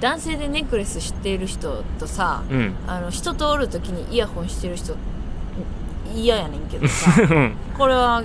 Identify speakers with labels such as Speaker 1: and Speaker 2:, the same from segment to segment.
Speaker 1: 男性でネックレスしている人とさ、
Speaker 2: うん
Speaker 1: あの人通るときにイヤホンしてる人嫌やねんけど さこれは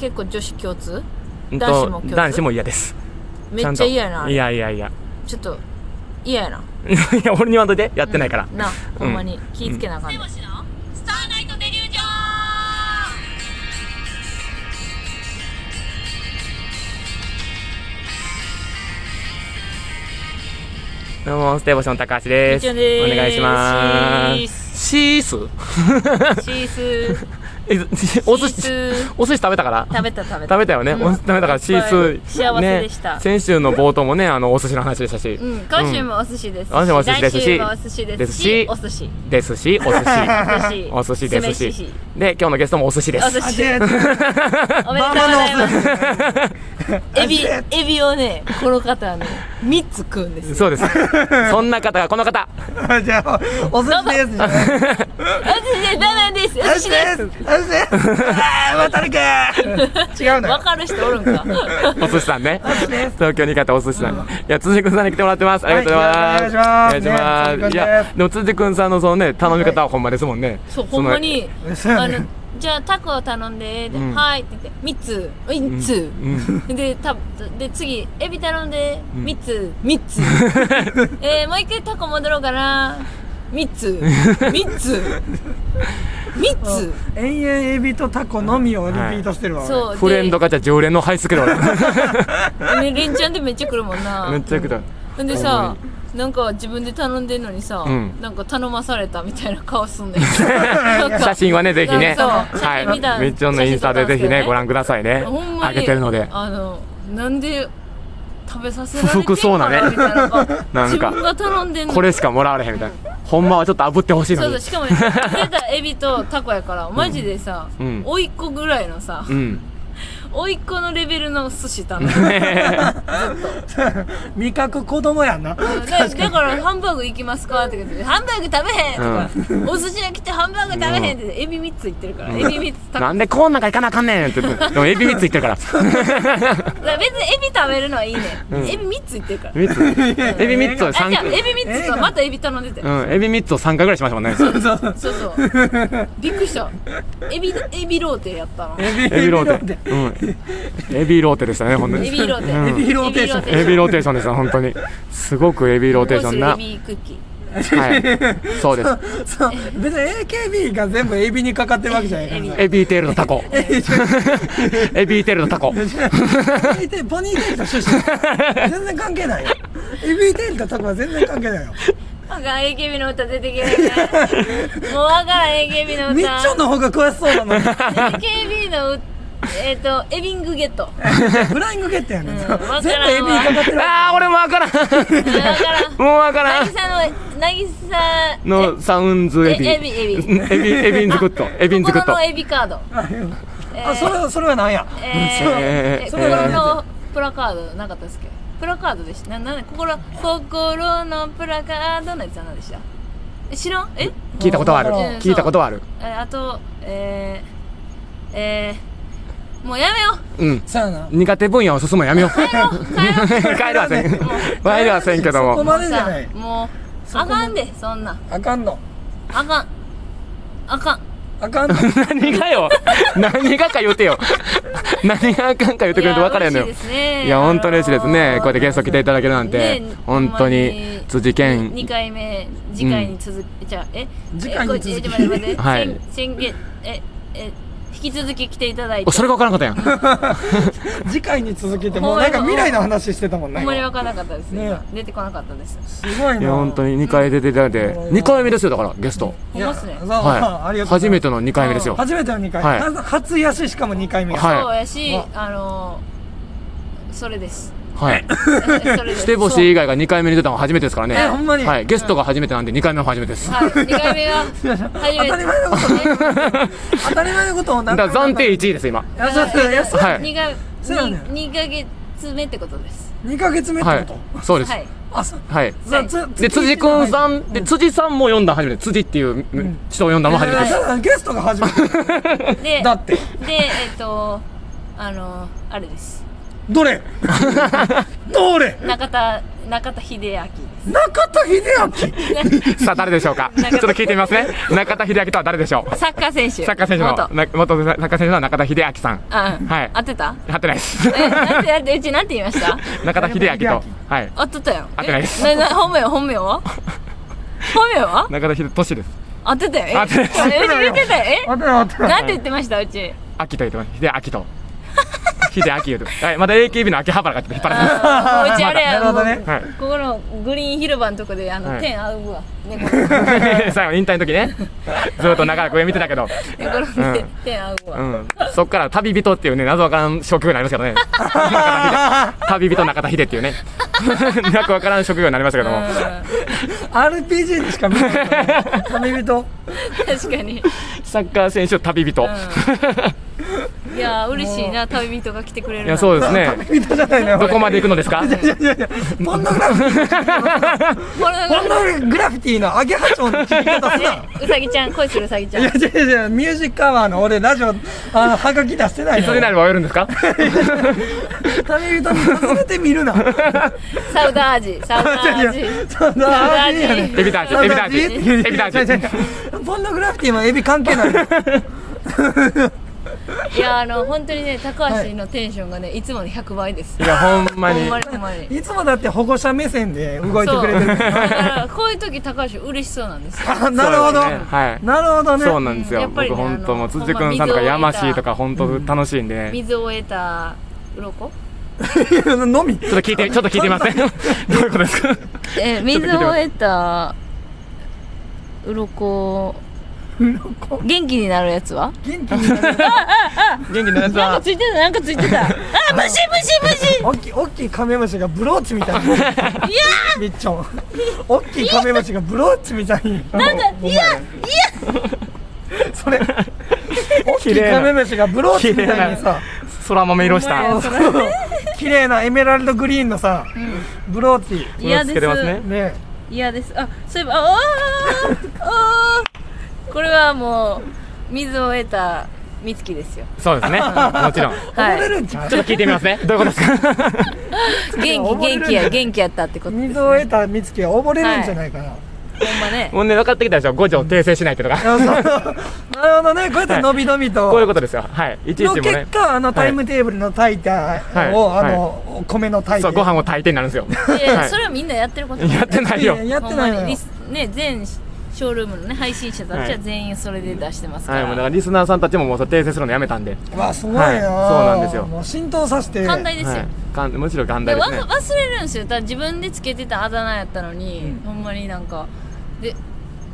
Speaker 1: 結構女子共通
Speaker 2: うん
Speaker 1: 男子も
Speaker 2: と
Speaker 1: 共通
Speaker 2: 男子も嫌です
Speaker 1: めっちゃ嫌やなあれ
Speaker 2: いやいやいや
Speaker 1: ちょっと嫌やない
Speaker 2: や俺に言わんといてやってないから、
Speaker 1: うんなほんまに気ぃつけなあかんね、
Speaker 3: 星のスターナイトデリュージョン
Speaker 2: どうもステーボション高橋
Speaker 1: み
Speaker 2: で
Speaker 1: ー
Speaker 2: す
Speaker 1: ちゃんでーす
Speaker 2: お願いしま
Speaker 1: シー
Speaker 2: す
Speaker 1: ス
Speaker 2: シース
Speaker 1: シース
Speaker 2: えお寿
Speaker 1: シ
Speaker 2: 司
Speaker 1: ース
Speaker 2: お寿司食べたから
Speaker 1: 食べた食べた
Speaker 2: 食べたよね、
Speaker 1: うん
Speaker 2: お寿司食べたからシース
Speaker 1: 幸せでした
Speaker 2: ね、先週の冒頭もねあのお寿司の話でしたし、
Speaker 1: うん、今週もお寿司ですし、
Speaker 2: 今週もお寿司ですし
Speaker 1: 来週もお寿司ですし
Speaker 2: ですし
Speaker 1: お寿司
Speaker 2: ですしお寿 司お寿司です
Speaker 1: 酢
Speaker 2: し
Speaker 1: 飯
Speaker 2: で今日のゲストもお寿司で
Speaker 1: お
Speaker 2: す
Speaker 1: 寿
Speaker 4: あ
Speaker 1: 司
Speaker 4: 違う違う
Speaker 1: おめでとうございます エビエビをねこの方はね3つ食うんですよ
Speaker 2: そう ですそんな方がこの方
Speaker 4: あじゃあお寿司ですじゃない
Speaker 1: お寿司ですダメですお寿司で
Speaker 4: お寿司ですお寿司ですあー渡るかー違う
Speaker 1: す
Speaker 4: のよ
Speaker 1: わかる人おるん か
Speaker 2: お寿司さんね
Speaker 4: 寿司です
Speaker 2: 東京に方お寿司さん、いや辻君さんに来てもらってますありがとうございます、
Speaker 4: はい
Speaker 2: お願いします
Speaker 4: お願いします
Speaker 2: い
Speaker 4: ね
Speaker 2: や
Speaker 4: 辻君です
Speaker 2: でも辻君さんのそのね頼み方はほんまですもんね、
Speaker 1: そう
Speaker 2: そ
Speaker 1: ほ
Speaker 2: の
Speaker 1: んまに
Speaker 4: そう
Speaker 1: あ
Speaker 4: やね
Speaker 1: のじゃあタコを頼んでで
Speaker 2: うん
Speaker 1: はいって言って3つ3つ、
Speaker 2: うん
Speaker 1: でたで次エビ頼んで3つ3つ えー、もう一回タコ戻ろうかな3つ3つ3つ
Speaker 4: 延々エビとタコのみをリピートしてるわ、俺
Speaker 1: そう
Speaker 2: フレンド
Speaker 1: が
Speaker 2: ガチャ常連のハイスクロール
Speaker 1: レンチャンでめっちゃ来るもんな
Speaker 2: めっちゃくちゃ
Speaker 1: ほんでさなんか自分で頼んでんのにさ、
Speaker 2: うん
Speaker 1: なんか頼まされたみたいな顔すんね んなんか
Speaker 2: 写真はねぜひね
Speaker 1: そう
Speaker 2: はい
Speaker 1: 写真見た
Speaker 2: みっちょんのインスタ
Speaker 1: 写真撮った
Speaker 2: でぜひ
Speaker 1: んですよ
Speaker 2: ね
Speaker 1: ね
Speaker 2: ご覧くださいね
Speaker 1: ほんま
Speaker 2: あ
Speaker 1: に
Speaker 2: げてるので
Speaker 1: あのなんで食べさせられてん
Speaker 2: 不服そう
Speaker 1: か
Speaker 2: なね
Speaker 1: なみたいな顔
Speaker 2: なん
Speaker 1: 自
Speaker 2: か
Speaker 1: 分が頼んでんのに
Speaker 2: これしかもらわれへんみたいなほんまはちょっと炙ってほしい
Speaker 1: そ
Speaker 2: の
Speaker 1: うそ
Speaker 2: に
Speaker 1: うしかもね出たエビとタコやからマジでさ、
Speaker 2: うんうん
Speaker 1: 甥っ子ぐらいのさ、
Speaker 2: うん
Speaker 1: 甥っ子のレベルの寿司頼んだ
Speaker 4: 味覚子供やん な
Speaker 1: だだからハンバーグ行きますかって言ってハンバーグ食べへんとか、お寿司が来てハンバーグ食べへんって、エビ3つ言ってるから、エビ3つ食べ
Speaker 2: なんでこん中行かなあかんねんって言ってでもエビ3ついってるか
Speaker 1: だ
Speaker 2: ら
Speaker 1: から別にエビ食べるのはいいね、ん、エビ3つ言ってるから
Speaker 2: 三 つエビ3つを
Speaker 1: あじゃあエ
Speaker 2: 3
Speaker 1: ビ3つとまたエビ頼んでて、
Speaker 2: うんエビ3つを3回ぐらいしましたもんね
Speaker 1: そうそうびっくりしたエビエビローテやった なエ
Speaker 2: エビローテうんエビローテでしたねほんとに
Speaker 1: ビローテ、
Speaker 2: うん
Speaker 4: エビローテーション
Speaker 2: エビローテーションですよ本当にすごくエビローテーションな
Speaker 1: もうすぐエビクッキー
Speaker 2: はいそうです
Speaker 4: そう別に AKB が全部エビにかかってるわけじゃないからさ
Speaker 2: エビーテールのタコエビーテールのタコ
Speaker 4: ポニーテールポニーテールとシュッシュ全然関係ないよエビテールとタコは全然関係ないよ
Speaker 1: あかん AKB の歌出てけへんねもうあからん AKB の歌
Speaker 4: みっちょんの方が詳しそうなのに
Speaker 1: AKB のうえっ、とエビングゲッ ト
Speaker 4: フライングゲットやねん、
Speaker 1: わからんわ
Speaker 4: 全部エビにかかってるわ
Speaker 2: ああ俺もわからん
Speaker 1: だからん
Speaker 2: もうわからん
Speaker 1: 渚の渚
Speaker 2: のサウンズエビ
Speaker 1: えエビエビ
Speaker 2: エビエビンズグッドエビンズグッド
Speaker 1: 心のエビカード
Speaker 4: けあそれはそれは何や
Speaker 1: えー、
Speaker 2: え
Speaker 1: え
Speaker 2: ー
Speaker 1: 心のプラカードなかったっすっけプラカードでしたななんで心心のプラカードのやつは何でしたえ知らんえ
Speaker 2: 聞いたことはある
Speaker 4: うん
Speaker 2: 聞いたことはある
Speaker 1: えーあとえー、えー、もうやめよう
Speaker 2: うん
Speaker 4: そうやな
Speaker 2: 苦手分野を進むのやめよう
Speaker 1: 帰ろう帰ろう
Speaker 2: 帰るはせん 帰るはせんけど
Speaker 4: そ
Speaker 2: も
Speaker 4: こまでじゃない
Speaker 1: さもう
Speaker 4: そこ
Speaker 1: あ
Speaker 4: も
Speaker 1: かんでそんな
Speaker 4: あかんの
Speaker 1: あかんあかん
Speaker 4: あかんの
Speaker 2: 何がよ何がか言うてよ何があかんか言うてくれると分からへんのよ
Speaker 1: いや嬉しいですね
Speaker 2: いや本当に嬉しいですねこうやってゲスト来ていただけるなんて
Speaker 1: ね
Speaker 2: 本当に辻健
Speaker 1: 2回目次回に続き、じゃあえ
Speaker 4: 次回に続き
Speaker 1: えこれえ待って待って
Speaker 2: はい
Speaker 1: 宣宣言ええ引き続き来ていただいて
Speaker 2: おそれが分からんかったやん
Speaker 4: 次回に続けてもうなんか未来の話してたもん
Speaker 1: あ
Speaker 4: ね
Speaker 1: んまり分からなかったですね
Speaker 4: ね
Speaker 1: 今出てこなかったです
Speaker 4: すごいないい
Speaker 2: や本当に2回出ていただいて2回目ですよだからゲスト
Speaker 1: ほんまっすね
Speaker 4: そう、
Speaker 2: は
Speaker 4: あり
Speaker 2: い
Speaker 4: がとうご
Speaker 2: 初
Speaker 4: ざ
Speaker 2: め
Speaker 4: います
Speaker 2: ての2回目ですよ
Speaker 4: 初めての2回、
Speaker 2: はい
Speaker 4: 初初やししかも2回目、
Speaker 2: はい
Speaker 1: そうやし、あのー、それです
Speaker 2: はい
Speaker 1: それです
Speaker 2: してぼし以外が2回目に出たのは初めてですからね
Speaker 4: えほんまに
Speaker 2: はいゲストが初めてなんで2回目も初めてです
Speaker 1: はい2回目が初めて
Speaker 4: 当たり前のこと当たり前のこと
Speaker 2: だ
Speaker 4: を何
Speaker 2: から
Speaker 4: 回
Speaker 2: 暫
Speaker 4: も
Speaker 2: 定1位です今
Speaker 4: いやそうそういやそう
Speaker 2: はい
Speaker 1: 2か
Speaker 4: そうやねん
Speaker 1: 2ヶ月目ってことです
Speaker 4: 2ヶ月目っ
Speaker 2: は
Speaker 4: て
Speaker 2: い
Speaker 4: こと、
Speaker 2: そうです
Speaker 1: はい
Speaker 4: あそう
Speaker 2: はい
Speaker 4: じゃあ
Speaker 1: はい
Speaker 4: つ
Speaker 2: で辻君さんで辻さんも読んだの初めて辻っていう人を読んだのも初めて
Speaker 4: い
Speaker 2: です
Speaker 4: やそうゲストが初めて
Speaker 1: で
Speaker 4: だって
Speaker 1: でえっ、とあのあれです
Speaker 4: どれどれ
Speaker 1: 中田中田秀明です
Speaker 4: 中田秀
Speaker 2: さあ誰でしょうかちょっと聞いてみますね中田秀明とは誰でしょう
Speaker 1: サッカー選手
Speaker 2: サッカー選手の
Speaker 1: 元
Speaker 2: な元サッカー選手の中田秀明さん
Speaker 1: うん、
Speaker 2: はい
Speaker 1: 合ってた
Speaker 2: 合ってないです
Speaker 1: えなんてなんてうちなんて言いました
Speaker 2: 中田秀明とはい
Speaker 1: 合ってたよ
Speaker 2: 合ってないです
Speaker 1: えなな本名は本名は本名 は
Speaker 2: 中田秀俊です
Speaker 1: 合ってたよえ
Speaker 2: 合ってないです
Speaker 1: えうち言ってたよえ
Speaker 4: 明。あてな当てな。
Speaker 1: なんて言ってましたうち
Speaker 2: 秋と言ってます秀明と 秀明言うてますはいまだ AKB の秋葉原がちょっと引っ張られてま
Speaker 1: あーうち あれや
Speaker 4: なるほどね
Speaker 2: すはい
Speaker 1: ここのグリーン広場のとこであの、
Speaker 2: はい
Speaker 1: 天あうわ猫の
Speaker 2: 最後引退の時ねずっと長らく上見てたけど、
Speaker 1: 猫の
Speaker 2: うん
Speaker 1: 天あうわ、
Speaker 2: うん、そっから旅人っていうね謎わからん職業になりますけ どね旅人中田秀っていうね なんかわからん職業になりますけども、
Speaker 4: RPG でしか見な いから。旅人。
Speaker 1: 確かに
Speaker 2: サッカー選手旅人、
Speaker 1: いやー嬉しいな旅人が来てくれる
Speaker 2: いやそうですね
Speaker 4: 旅人じゃないね。
Speaker 2: どこま
Speaker 4: で。
Speaker 2: で行くのです か
Speaker 4: ポンドグラフィテ
Speaker 1: こ
Speaker 4: ィ。
Speaker 1: れ
Speaker 4: ポンドグラフィティのアゲハチョウの切り方すな。
Speaker 1: うさぎちゃん恋するうさぎちゃ
Speaker 4: い
Speaker 1: ん
Speaker 4: や違う違うミュージックアワーの俺ラジオあのハガキ出してない
Speaker 2: それなれ
Speaker 4: る
Speaker 2: ば終えるんですか
Speaker 4: 旅人に尋ねてみるな
Speaker 1: サウダージサウダ
Speaker 4: 違う
Speaker 1: ージ
Speaker 4: 違うそんな味やねん
Speaker 2: エビダージエビダージエビダー ジ
Speaker 4: ジポンドグラフィティもエビ関係ない
Speaker 1: いやあの本当にね高橋のテンションがねいつもの100倍です
Speaker 2: いやほんま
Speaker 1: ほ
Speaker 2: に
Speaker 1: んまにほんまに
Speaker 4: いつもだって保護者目線で動いて
Speaker 1: そう
Speaker 4: くれて
Speaker 1: だ
Speaker 4: る
Speaker 1: からこういう時高橋嬉しそうなんですよ
Speaker 4: あなるほど、
Speaker 2: そうですねはい
Speaker 4: なるほどね
Speaker 2: そうなんです
Speaker 1: う
Speaker 2: よ、
Speaker 1: んやっぱりね
Speaker 2: 僕本当も
Speaker 1: あ
Speaker 2: う
Speaker 1: の
Speaker 2: 辻君さんと
Speaker 1: ほんま水を
Speaker 2: かやましいとか本当楽しいんで、ね、
Speaker 1: 水を得た鱗
Speaker 4: のみ
Speaker 2: ちょっと聞いてちょっと聞いてみません どういうことですか
Speaker 1: え
Speaker 2: 水
Speaker 1: 水
Speaker 2: を
Speaker 1: を
Speaker 2: 得
Speaker 1: 得た鱗
Speaker 4: 鱗
Speaker 1: 元気になるやつは
Speaker 4: 元気になる
Speaker 2: 元気な
Speaker 1: な
Speaker 2: やつ
Speaker 1: んか
Speaker 2: は
Speaker 1: ついてたなんかついてたあ虫虫虫
Speaker 4: 大きい大きいカメムシがブローチみたいに
Speaker 1: いや
Speaker 4: みっちょん大きいカメムシがブローチみたいに
Speaker 1: ーなんかいや
Speaker 4: それ大きいカメムシがブローチみたいにさ
Speaker 2: 空豆色
Speaker 1: ほ
Speaker 2: し
Speaker 1: んま
Speaker 2: た
Speaker 1: や
Speaker 4: 綺麗なエメラルドグリーンのさ、ブローチ
Speaker 1: 嫌で
Speaker 2: つけてますね
Speaker 1: す
Speaker 4: ね
Speaker 1: 嫌ですあそういえばああーこれはもう水を得た美月ですよ
Speaker 2: そ うですねもちろん
Speaker 1: は
Speaker 4: 溺
Speaker 1: い
Speaker 4: れるんちゃう、
Speaker 2: ちょっと聞いて みますね。どういうことですか。
Speaker 1: 元気元気や元気やったってことです
Speaker 4: 水を得た美月は溺れるんじゃないかな、
Speaker 1: ほんまね
Speaker 2: もうね、分かってきたでしょ。五条訂正しないってとか。
Speaker 4: あそうなるほどねこうやって伸び伸びと、
Speaker 2: こういうことですよ。はい。いちいち
Speaker 4: の
Speaker 2: もね
Speaker 4: 結。果あのタイムテーブルの炊いたを、
Speaker 2: はい
Speaker 4: あの、お米の炊い
Speaker 2: そう、
Speaker 4: て
Speaker 2: ご飯を炊いてになるんですよ。
Speaker 1: いや
Speaker 2: はい
Speaker 1: それはみんなやってること
Speaker 2: やってないよ。
Speaker 4: いややって
Speaker 1: ほん
Speaker 4: な
Speaker 1: ま
Speaker 4: いの
Speaker 1: にリ
Speaker 4: よ
Speaker 1: スね全ショールームのね配信者たちは全員それで出してますか
Speaker 2: はい、もうだかららリスナーさんたちももうそう訂正するのやめたんで。
Speaker 4: わあすごいな、
Speaker 2: はいそうなんですよ
Speaker 4: もう浸透させて
Speaker 1: 寛大です
Speaker 2: は
Speaker 1: よ
Speaker 2: い。かんむしろ元
Speaker 1: で
Speaker 2: 旦で
Speaker 1: わ
Speaker 2: すね。
Speaker 1: 忘れるんですよだから自分でつけてたあだ名やったのにほんまになんかで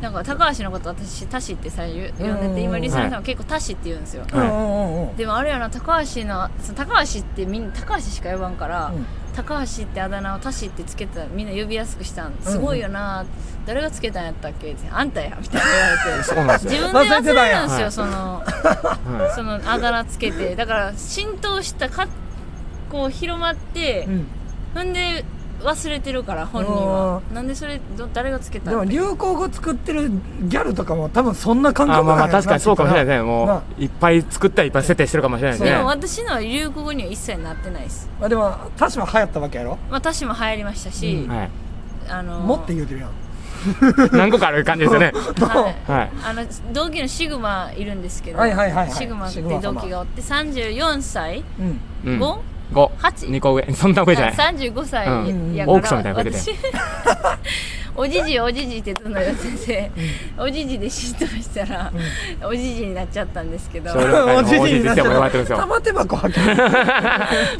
Speaker 1: なんか高橋のこと私タシって最初呼
Speaker 4: うんう
Speaker 1: ん
Speaker 4: んうん
Speaker 1: でて今リスナーさんは結構タシって言うんですよ
Speaker 4: うんう
Speaker 2: は
Speaker 4: んうんうん
Speaker 1: でもあれやな高橋のその高橋ってみんな高橋しか呼ばんから、
Speaker 4: うん
Speaker 1: 高橋ってあだ名をタシってつけてたらみんな呼びやすくしたんすごいよな、誰がつけたんやったっけってあんたやみたいな言われて
Speaker 2: い。そうなんです
Speaker 1: 自
Speaker 2: よ。
Speaker 1: 分で忘れるんですよ、
Speaker 2: はい
Speaker 1: その
Speaker 2: は
Speaker 1: そのあだ名つけてだから浸透したかこう広まって、
Speaker 4: うん
Speaker 1: ほんで忘れてるから本人はなんでそれど誰がつけた
Speaker 4: でも
Speaker 1: の
Speaker 4: 流行語作ってるギャルとかも多分そんな感
Speaker 2: あ、
Speaker 4: 覚
Speaker 2: まあま
Speaker 4: な
Speaker 2: あ
Speaker 4: んや
Speaker 2: 確かにそうかもしれないですね。
Speaker 4: な
Speaker 2: もういっぱい作ったりいっぱい設定してるかもしれないです
Speaker 1: でも
Speaker 2: ね。
Speaker 1: 私のは流行語には一切なってないです
Speaker 4: まあでも確か流行ったわけやろ
Speaker 1: 私も流行りましたし、
Speaker 2: はい。
Speaker 1: あの
Speaker 4: もって言うてるやん
Speaker 2: 何個かある感じですよね。
Speaker 1: はい
Speaker 2: はい。
Speaker 1: あの同期のシグマいるんですけど、
Speaker 4: はいはいはいはい
Speaker 1: シグマって
Speaker 4: シグマ
Speaker 1: 同
Speaker 4: 様
Speaker 1: 期がおって34歳
Speaker 4: うん
Speaker 2: うん。
Speaker 1: 5
Speaker 2: 五。
Speaker 1: 八
Speaker 2: 二個上。そんな上じゃない。
Speaker 1: 35歳
Speaker 2: うん
Speaker 1: やから、
Speaker 2: オークションみたいな声出て
Speaker 1: 私 おじじおじじってずっと言ってておじじで浸透したら、おじじになっちゃったんですけど
Speaker 2: 少量会のおじいですよ。も言われてるんですよ。
Speaker 4: 玉手箱開ける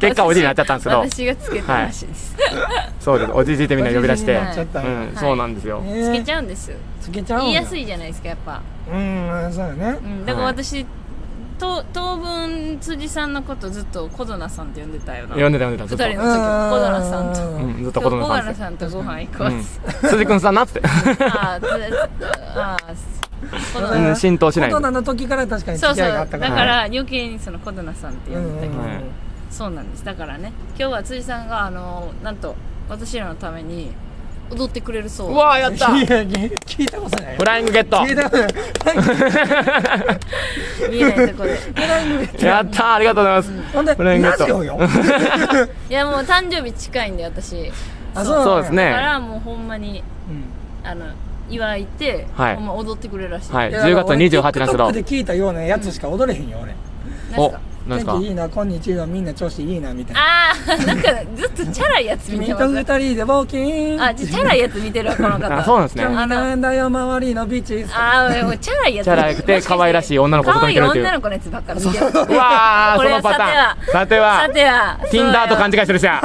Speaker 2: 結果おじいになっちゃったんですけど。
Speaker 1: 私がつけたらしいです、
Speaker 2: そうです。おじいじってみんな呼び出して。
Speaker 1: おじいじ
Speaker 4: ちょっと
Speaker 2: うん、
Speaker 1: い
Speaker 2: そうなんですよ。
Speaker 1: つけちゃうんです
Speaker 4: つけちゃう
Speaker 1: 言いや
Speaker 4: い
Speaker 1: すいじゃないですかやっぱ、
Speaker 4: うんそうだね
Speaker 1: うん、だから
Speaker 2: はい
Speaker 1: 私、と当分辻さんのことずっと小ドナさんって呼んでたよな
Speaker 2: 読んでた読んでた、ず
Speaker 1: 二
Speaker 2: っと。
Speaker 1: 人の時小ドナさんと
Speaker 4: う
Speaker 2: うん、ずっと
Speaker 1: 今日
Speaker 2: 子供
Speaker 1: 小
Speaker 2: さ
Speaker 1: 柄
Speaker 2: んですよ。
Speaker 1: さんとご飯行こ
Speaker 2: う
Speaker 1: うっ
Speaker 2: ん
Speaker 1: つって、、
Speaker 2: 辻君さんなっつって、
Speaker 1: あーあー小
Speaker 4: ん
Speaker 1: ド
Speaker 2: う
Speaker 1: ナ
Speaker 2: ん、浸透しな
Speaker 4: 大
Speaker 2: いで
Speaker 4: 人
Speaker 2: す。
Speaker 4: の時から確かに
Speaker 1: そう
Speaker 4: 付き
Speaker 1: そうだ
Speaker 4: 合いがあ
Speaker 1: か
Speaker 4: ったから
Speaker 1: ら余計にその小ドナさんって呼
Speaker 4: うん
Speaker 1: でたけど、
Speaker 4: ん
Speaker 2: はい
Speaker 1: そうなんですだからね今日は辻さんがあのなんと私らのために踊ってくれるそう
Speaker 2: うわー、やった
Speaker 4: いや聞いたことない
Speaker 2: フライングゲット
Speaker 4: 聞いたことない
Speaker 1: 見えないとこで
Speaker 2: やったーありがとうございます。
Speaker 4: ほんで
Speaker 2: フライングゲッ
Speaker 4: ラ
Speaker 2: ト
Speaker 4: ジオよ
Speaker 1: いやもう誕生日近いんで私
Speaker 4: あそう
Speaker 2: そうで
Speaker 1: だ
Speaker 2: す
Speaker 1: か
Speaker 2: ね。
Speaker 1: らもうほんまに
Speaker 4: うん
Speaker 1: あの岩いて、
Speaker 2: はい
Speaker 1: ほんま踊ってくれるらしい、
Speaker 2: はい
Speaker 4: いや
Speaker 2: 10月28なんですけ
Speaker 4: TikTok
Speaker 2: ど
Speaker 4: で聞いたようなやつしか踊れへんよ俺
Speaker 1: なん
Speaker 2: お
Speaker 1: か、
Speaker 2: なんですか
Speaker 4: 天気いいな今日いいなみんな調子いいなみたいな
Speaker 1: あーなんかずっとチャラいやつ見
Speaker 4: 君
Speaker 1: て
Speaker 4: と
Speaker 1: ます
Speaker 4: 二人で冒険
Speaker 1: あじゃチャラいやつ見てるわこの方
Speaker 2: あそうなんですね
Speaker 1: あの
Speaker 4: なんだよ周りのビーチ
Speaker 1: あーもうチャラいやつ
Speaker 2: チャラくて可愛らしい女の子を
Speaker 1: 可
Speaker 2: 届
Speaker 1: 愛
Speaker 2: け
Speaker 1: い
Speaker 2: てるという
Speaker 1: 女の子のやつばっかり見てる
Speaker 2: うわー、
Speaker 1: こ
Speaker 2: そ
Speaker 1: れ
Speaker 2: の
Speaker 1: は
Speaker 2: パターン。さて
Speaker 1: さ
Speaker 2: は、
Speaker 1: ては
Speaker 2: Tinder と勘違
Speaker 1: じ
Speaker 2: いする人や。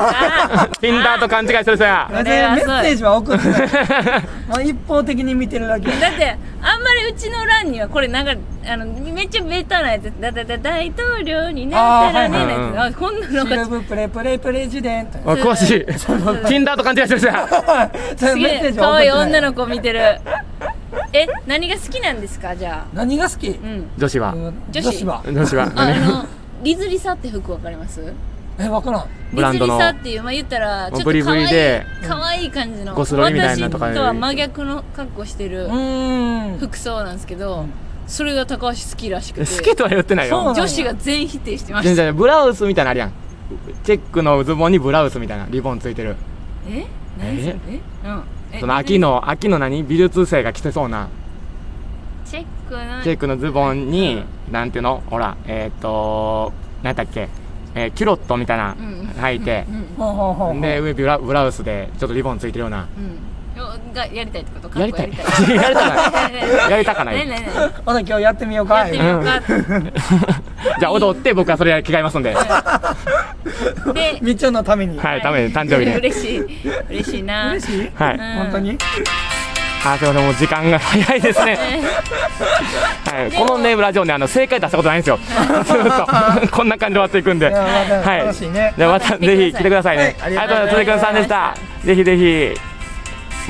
Speaker 2: Tinder と勘違いする人や。
Speaker 4: 全然メッセージは送ってないまあ一方的に見てるだけ
Speaker 1: だってあんまりうちの欄にはこれなんかあのめっちゃベタなやつだだだ大統領になったらね
Speaker 2: あー
Speaker 1: な
Speaker 2: はい
Speaker 1: ん
Speaker 2: はい
Speaker 1: てあこんなの
Speaker 4: シ
Speaker 1: が
Speaker 4: ルブプレプレプレジデント
Speaker 2: あ詳しい。Tinder と勘違いする人や。
Speaker 4: それ
Speaker 1: す
Speaker 4: メ
Speaker 1: げ
Speaker 4: ッセー
Speaker 1: え
Speaker 4: ジは
Speaker 1: 可
Speaker 4: 送っ
Speaker 1: 愛い
Speaker 4: てない
Speaker 1: 女の子を見てるえ何が好きなんですかじゃあ
Speaker 4: 何が好き、
Speaker 1: うん
Speaker 2: 女子は
Speaker 4: う。ん
Speaker 1: 女子
Speaker 4: 女子は
Speaker 2: 女子は。
Speaker 1: ああ
Speaker 2: 何
Speaker 1: のリズリサって服わかります
Speaker 4: え分からん
Speaker 2: ブランドの
Speaker 1: リズリサっていうまあ言ったらちょっと
Speaker 2: ブリブリで
Speaker 1: 可愛い可愛い感じの
Speaker 2: ゴスロリみたいなとか
Speaker 1: 私とは真逆の格好してる
Speaker 4: うーん
Speaker 1: 服装なんですけどそれが高橋好きらしくて
Speaker 2: 好きとは言ってない
Speaker 4: そうな
Speaker 2: よ
Speaker 4: の。
Speaker 1: 女子が全員否定してま
Speaker 2: 全
Speaker 1: した
Speaker 2: 然、ブラウスみたいなのあるやん。チェックのズボンにブラウスみたいなリボンついてる。
Speaker 1: え何それえうんえ
Speaker 2: その秋の、秋の何美術生が着てそうな。
Speaker 1: チェックの
Speaker 2: チェックのズボンに、なんていうのほら、えっと、なんだっけ。えーキュロットみたいな、
Speaker 1: うん
Speaker 2: 履いて。
Speaker 4: ほうほうほうほう
Speaker 2: で、上ブラブラウスで、ちょっとリボンついてるような。
Speaker 1: うんよがやりたいってことか
Speaker 2: や
Speaker 1: っ
Speaker 2: り
Speaker 1: こ
Speaker 2: たい。
Speaker 1: や
Speaker 2: やりたない。
Speaker 1: りたい
Speaker 2: やりたか な
Speaker 1: ねえ
Speaker 2: い。
Speaker 1: ねえね
Speaker 4: ほな今日やってみよう
Speaker 1: えや
Speaker 4: か
Speaker 1: ってみようか
Speaker 2: じゃあ踊って僕はそれ着替えますんで。は
Speaker 1: で
Speaker 4: みっちゃんのために、
Speaker 2: い、ダメ、誕生日で。
Speaker 1: 嬉しい嬉しいな
Speaker 4: 嬉しい、
Speaker 2: はい。
Speaker 1: うん
Speaker 4: 本当に
Speaker 2: あ、すいません、もう時間が早いです ね。はい。このネームラジオね、あの、正解出したことないんです よ。ずっと。こんな感じで終わっていくんで。
Speaker 4: いやまた
Speaker 2: はい。
Speaker 4: 楽しいね
Speaker 2: じゃあまた、ぜひ来てくださいね。
Speaker 4: は
Speaker 2: はいい、
Speaker 4: あ
Speaker 2: あ
Speaker 4: り
Speaker 2: り
Speaker 4: が
Speaker 2: が
Speaker 4: と
Speaker 2: と
Speaker 4: う
Speaker 2: う
Speaker 4: ご
Speaker 2: ございま
Speaker 4: ざいま
Speaker 2: すす。さんでした。ぜひぜひ。